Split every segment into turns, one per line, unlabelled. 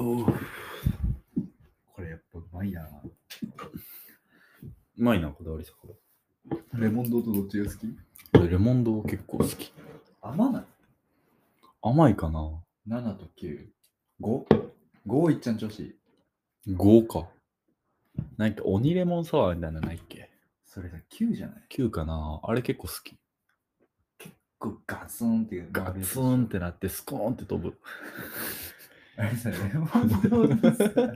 おう
これやっぱうまいな。
まいな、こだわり酒場。
レモンドとどっちが好き
俺、レモンド結構好き。
甘ない。
甘いかな
7と9。5?5 いっちゃん調子いい。
?5 か。なんか、鬼レモンサワーみたいなのないっけ
それが9じゃない
?9 かなあれ結構好き。
こうガツンっていう
ガツンってなって、スコーンって飛ぶ。
あれさレモンドーツさ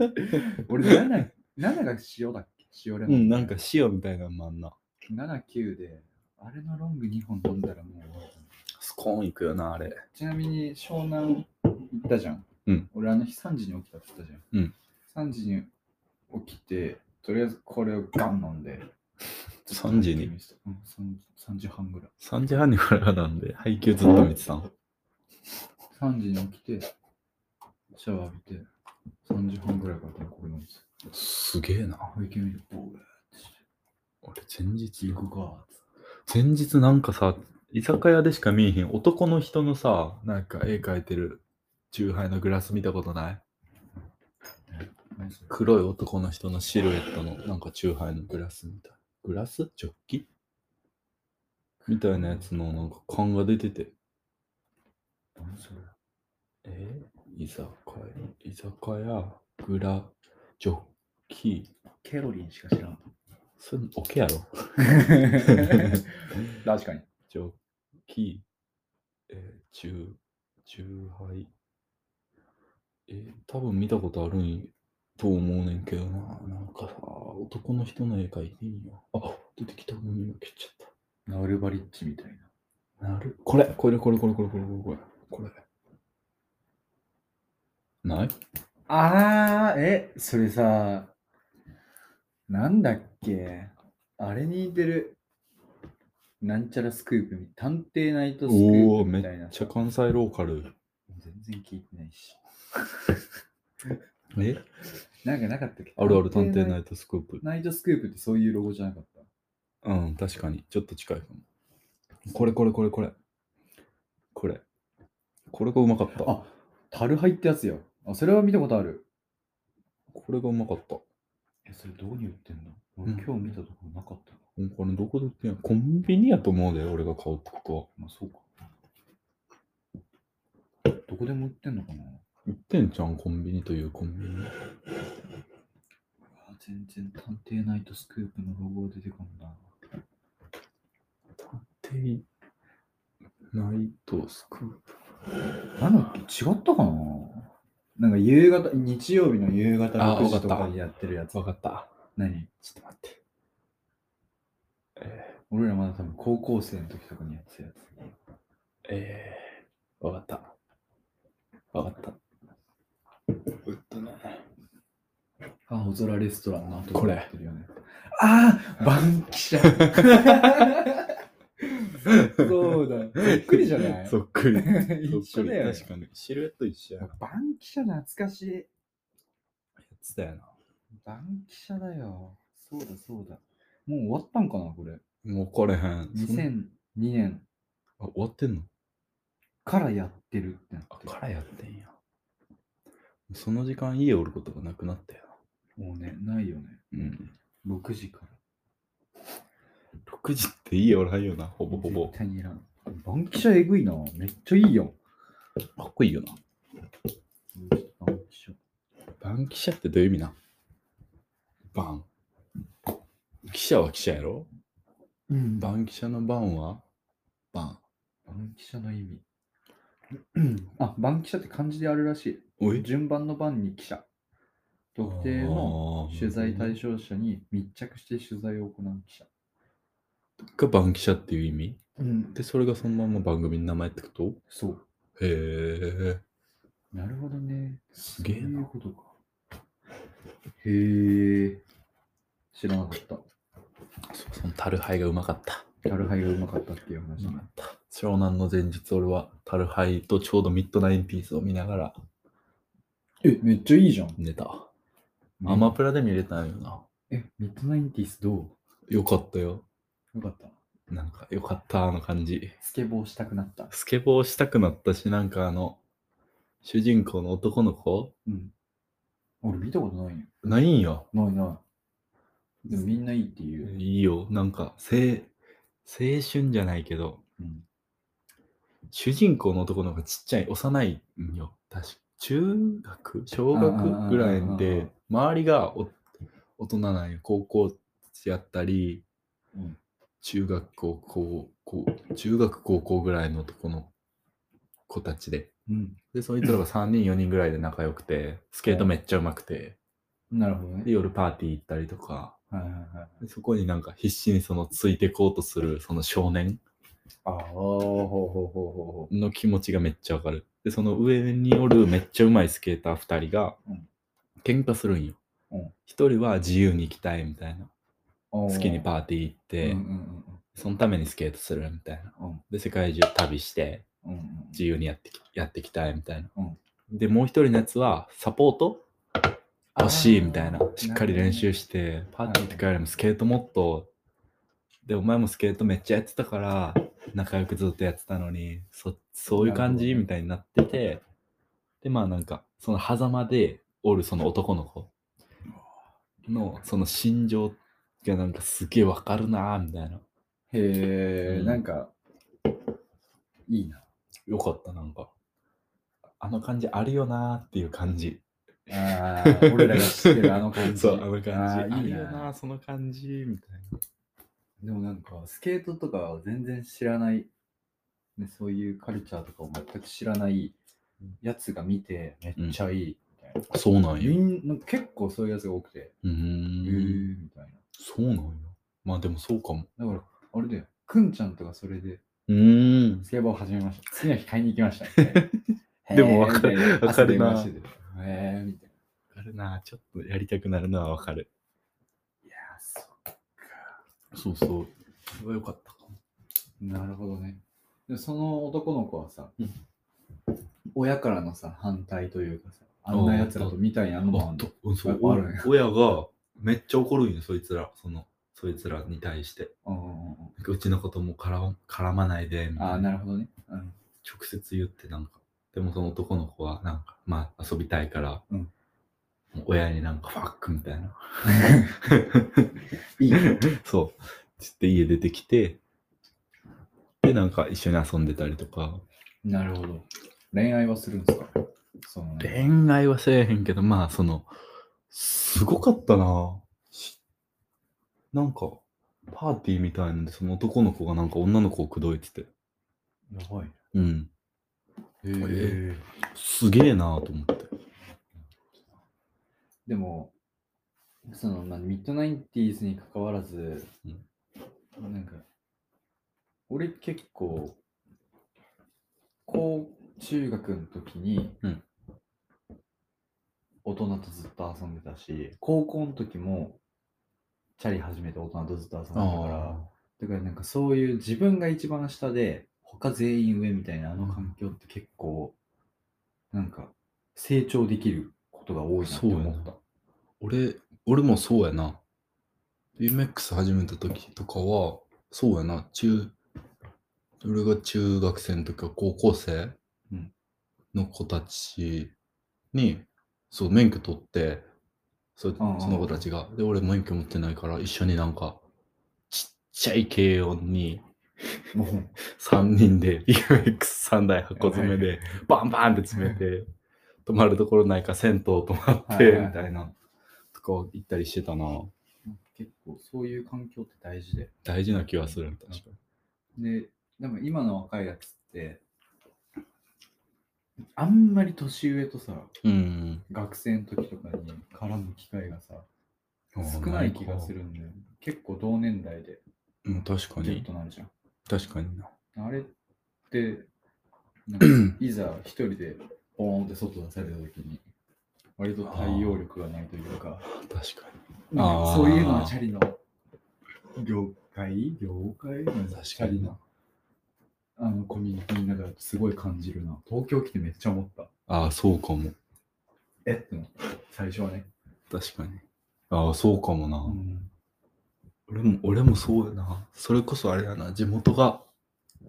俺7 7が塩だっけ塩レ
う
モン、
ん、なんか塩みたいなのもあんな。
79であれのロング2本飲んだらもう
スコーンいくよな、あれ。
ちなみに湘南行ったじゃん、
うん
俺あの日3時に起きたって言ったじゃん、3時に起きてとりあえずこれをガン飲んで
3時に
うん 3, 3時半ぐらい
3時半にこれがなんで、配給ずっと見てたの。
3時に起きてシャワー浴びて3時半ぐらいからこれ飲んです
すげえな。
保育園でボーってして
俺、前日
行、くか
前日なんかさ、居酒屋でしか見えへん男の人のさ、なんか絵描いてる、チューハイのグラス見たことない
何それ
黒い男の人のシルエットのなんかチューハイのグラスみたい。グラスジョッキみたいなやつのなんか缶が出てて。
何それ
え居酒屋、居酒屋、グラ、ジョッキ。
ケロリンしか知 らん。
それ、オケやろ
確かに。
ジョッキ、えー、チュー、チューハイ。えー、多分見たことあるんと思うねんけどな。なんかさ、男の人の絵描いていいよ。あ、出てきたものに消えちゃった。
ナウルバリッチみたいな。
なる。これ、これ、これ、これ、これ、これ、これ、これ。ない
あー、え、それさ、なんだっけあれに似てる。なんちゃらスクープみ、探偵ナイトスク
お
ー
お、
プ
め
みたいな
っ。ちゃ関西ローカル。
全然聞いてないし。
え
なんかなかったっけ
あるある探偵ナ
イト。
イトスクープ。
ナイトスクープってそういうロゴじゃなかった。
うん、確かに。ちょっと近いかも。これ、これ、これ、これ。これ。これがうまかった。
あ、タルハイってやつよ。あ、それは見たことある。
これがうまかった。
え、それどうに売ってんの
俺今
日見たところなかった
うんこれどこで売ってんやコンビニやと思うで、俺が買うってことは。
まあそうか。どこでも売ってんのかな
売ってんじゃん、コンビニというコンビニ。
全然探偵ナイトスクープのロゴが出てこんな。
テイナイトスクープ。
なんだっけ違ったかななんか夕方、日曜日の夕方
あ
6時と
わか
か
った
にやってるやつ。
わかった。
何
ちょっと待って。え
俺らまだ多分高校生の時とかにやってたやつ。
ー、えー、わかった。わかった。売ってない。
あ、お空レストランの後
これ
やってるよね。ああバンキシ ャそうだ。びっくりじゃない
そっくり。
一緒だよね、
確かに。シルエット一緒やな。や
バンキシャ懐かしい。
ってたよな。
バンキシャだよ。そうだそうだ。もう終わったんかな、これ。
もうこれへん。そん
2002年
あ終わってんの
からやってるってなっ
あ、
てる。
からやってんや。その時間家おることがなくなったよ
もうね、ないよね。
な。うん。
6時から。
6時って家おらんよな、ほぼほぼ
絶。対にいらん。バンキシャえぐいな。めっちゃいいよ。
かっこいいよな。
バンキシャ。
バン記者ってどういう意味なバン。記者は記者やろ
うんバ
バ
ン
ン記者のバンはバン。
キシャの意味。 あ、バンキシャって漢字であるらし
お
い。順番の番に記者。特定の取材対
象
象者に密着して取材を行う記者。
がバン記者っていう意味
うん。
で、それがそのまま番組の名前ってこと
そう。
へえ。
なるほどね。
すげえ
そうい
な
う。ことか。へえ。知らなかった。
そうそのタルハイがうまかった。
タルハイがうまかったっていう話、
うまかった。湘南の前日、俺はタルハイとちょうどミッドナインピースを見ながら
え、めっちゃいいじゃん。
寝た。アマプラで見れたんよな。
え、ミッドナインティースど
よかったよ。
うよかった。
なんかよかったの感じ。
スケボーしたくなった。
スケボーしたくなったし、なんかあの、主人公の男の子
うん。俺見たことないよ。
ないんや。
ないない。でもみんないいって言う。
いいよ。なんか、せい青春じゃないけど、
うん。
主人公の男の子がちっちゃい、幼いんよ。確か中学小
うんうんうんうんうん
学ぐらいで、周りがお大人なんよ。高校やったり、
うん
中学高校、こう中学高校ぐらいの男の子たちで。
うん。
で、そいつらが3人、4人ぐらいで仲良くて、スケートめっちゃうまくて、
なるほどね。
で、夜パーティー行ったりとか、
はいはいはい。
でそこになんか必死にそのついてこうとするその少年
ああ、ほうほうほうほうほ
の気持ちがめっちゃわかる。で、その上におるめっちゃうまいスケーター2人が
うん
喧嘩するんよ
うん。
1人は自由に行きたいみたいな。
うほう。
好きにパーティー行っ
ー
て
うん、うん
そのためにスケートするみたいな。
うんうん。
で、世界中旅して
うんうんうん
自由にやってきやっていきたいみたいな
うん。
で、もう1人のやつはサポート欲しいみたいな。しっかり練習
し
して、パーティーとかよりもスケートもっと、で、お前もスケートめっちゃやってたから、仲良くずっとやってたのに、そそういう感
な
じ
るほどね
みたいになってて、で、まあなんか、その狭間でおるその男の子の、その心情がなんかすげえわかるなぁ、みたいな。
へ
う
え、
ん
なんか、いいな。
よかった、なんか。あの感じあるよなぁっていう感じ。
ああ、俺らが知ってるあの感じ。
そう、あの感じ。あ
あーい
る
い
よな
な
ぁ、。その感じ、みたいな。
でもなんか、スケートとかは全然知らない、ね、そういうカルチャーとかを全く知らないやつが見て、めっちゃいい。
そうなん
み
よ。
んな結構そういうやつが多くて、
うー
へえ
ん。
ー、みたい
そうなんよ。まあでもそうかも。
な。だから、あれだよ、くんちゃんとかそれで
うーん。
スケボーを始めました。好きな日買いに行きましたみたいな。
でもわかる
へーみたい
わかるな
朝電話しててへえみたいな。
わかるな。ちょっとやりたくなるのはわかる。
いやー、そう。
そうそう。それはよかったかも。
なるほどね。でその男の子はさ、
うん
親からのさ、反対というかさ、あんなやつらとみたいにあんのもあ
あ
んの
と、うん、そう。
ああるね
お親がめっちゃ怒るんよ、そいつら。その、そいつらに対して。
うんうんうんうん
なんかうちのことも絡ま絡まないで、み
あ
た
あ、
い
な
な。
るほどね。うん
直接言ってなんか。でもその男の子はなんか、まあ遊びたいから、
うん
もう親になんかファックみたいな。
いいね。
そう。つって家出てきて、で、なんか一緒に遊んでたりとか。
なるほど。恋愛はするんですかそのね
恋愛はせえへんけど、まあ、その、すごかったな。しなんか、パーティーみたいなんで、その男の子がなんか女の子を口説いてて。
やばい。
うん。
へ
へすげえなと思って。
でも、その、まあ、ミッドナインティーズに関わらず、なんか、俺結構、高中学の時に、
うん
大人とずっと遊んでたし、高校の時も、チャリ始めて大人とずっと遊んでたから、だからなんかそういう自分が一番下で他全員上みたいなあの環境って結構なんか成長できることが多いなって思った。
俺、俺もそうやな。BMX 始めた時とかは、そうやな、中、俺が中学生の時は高校生
うん
の子たちに、そう、免許取って、そそ
んうん
の子たちが、で、俺免許持ってないから、一緒になんか、ちっちゃい軽音に、
もう
3人で BMX3 台箱詰めで、バンバンって詰めて、泊まるところないから銭湯泊まっ
はい
て、
はいはい
みたいな、とか行ったりしてたな。
結構そういう環境って大事で。
大事な気はする、確か
で、でも今の若いやつってあんまり年上とさ
に。うん。
学生の時とかに絡む機会がさ少ない気がす
る。
るんだよ。結構同年代で
うん、確か
ギュッ
に。
となるじゃん。
確かにな。
あれって、なんかいざ一人でボーンって外出されたときに、割と対応力がないというか、
確か
なん
あ
か
ー
そういうのはチャリの業界業界なん
確かに
チャリのあのコミュニティの中ですごい感じるな。東京来てめっちゃ思った。
ああ、そうかも。
えって思った最初はね。
確かに。ああ、そうかもな。俺も、俺もそうやな。それこそあれやな、地元が、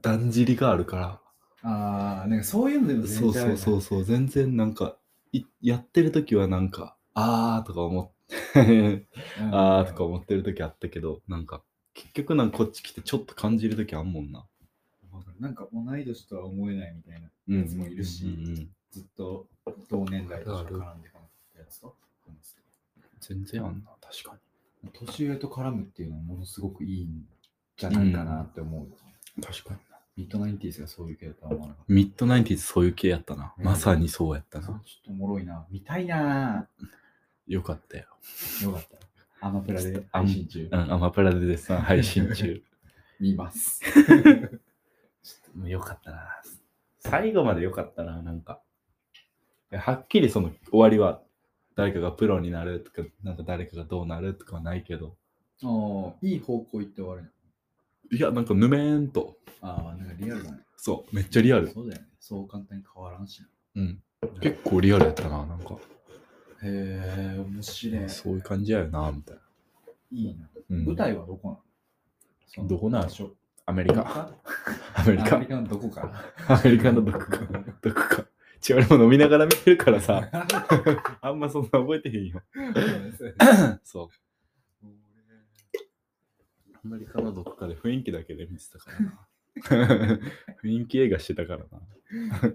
だんじりがあるから、
ああ、なんかそういうのでも。
そうそうそううそう、全然なんか、いやってる時はなんか、あーとか思 って、
うん
あーとか思ってる時あったけど、なんか、結局なんかこっち来てちょっと感じる時あんもんな。
わかるなんか同い年とは思えないみたいな
う
やつもいるし、
うんうん
ずっと同年代としか絡んでこなかったやつと。
全然あんな、確か
年上と絡むっていうのはものすごくいいんじゃないかなって思う。
に。確かに。
ミッドナインティーズがそういう系だとは思わなかっ
ミッドナインティーズそういう系やったな。
うん
まさにそうやった
た。そう
な。
ちょっとおもろいな。見たいな。
よかったよ。
よかった。アマプラで配信中
う。ん、アマプラで 絶賛配信中。
見ます。
もうよかったな。最後までよかったな、なんか。いやはっきりその終わりは、誰かがプロになるとか、なんか誰かがどうなるとかはないけど、
おーいい方向行って終わるな。
いや、なんかぬめーんと、
ああ、なんかリアルだね。
そう、めっちゃリアル。
そうだよね。そう簡単に変わらんしな。
うん。結構リアルやったな、なん
へ
か。
え、面白い。
そういう感じやよな、みたいな。
いいな。
うん、
舞台はどこなのその
どこなん
場所
アメリ
どこ
カ。
かア
アメリ
メリ
カ。
カのどこか。
アメリカのどこか。どこか。違う、俺も飲みながら見てるからさ、あんまそんな覚えてへんよ。そう。アメリカのど こかで雰囲気だけで見てたからな。雰囲気映画してたからな。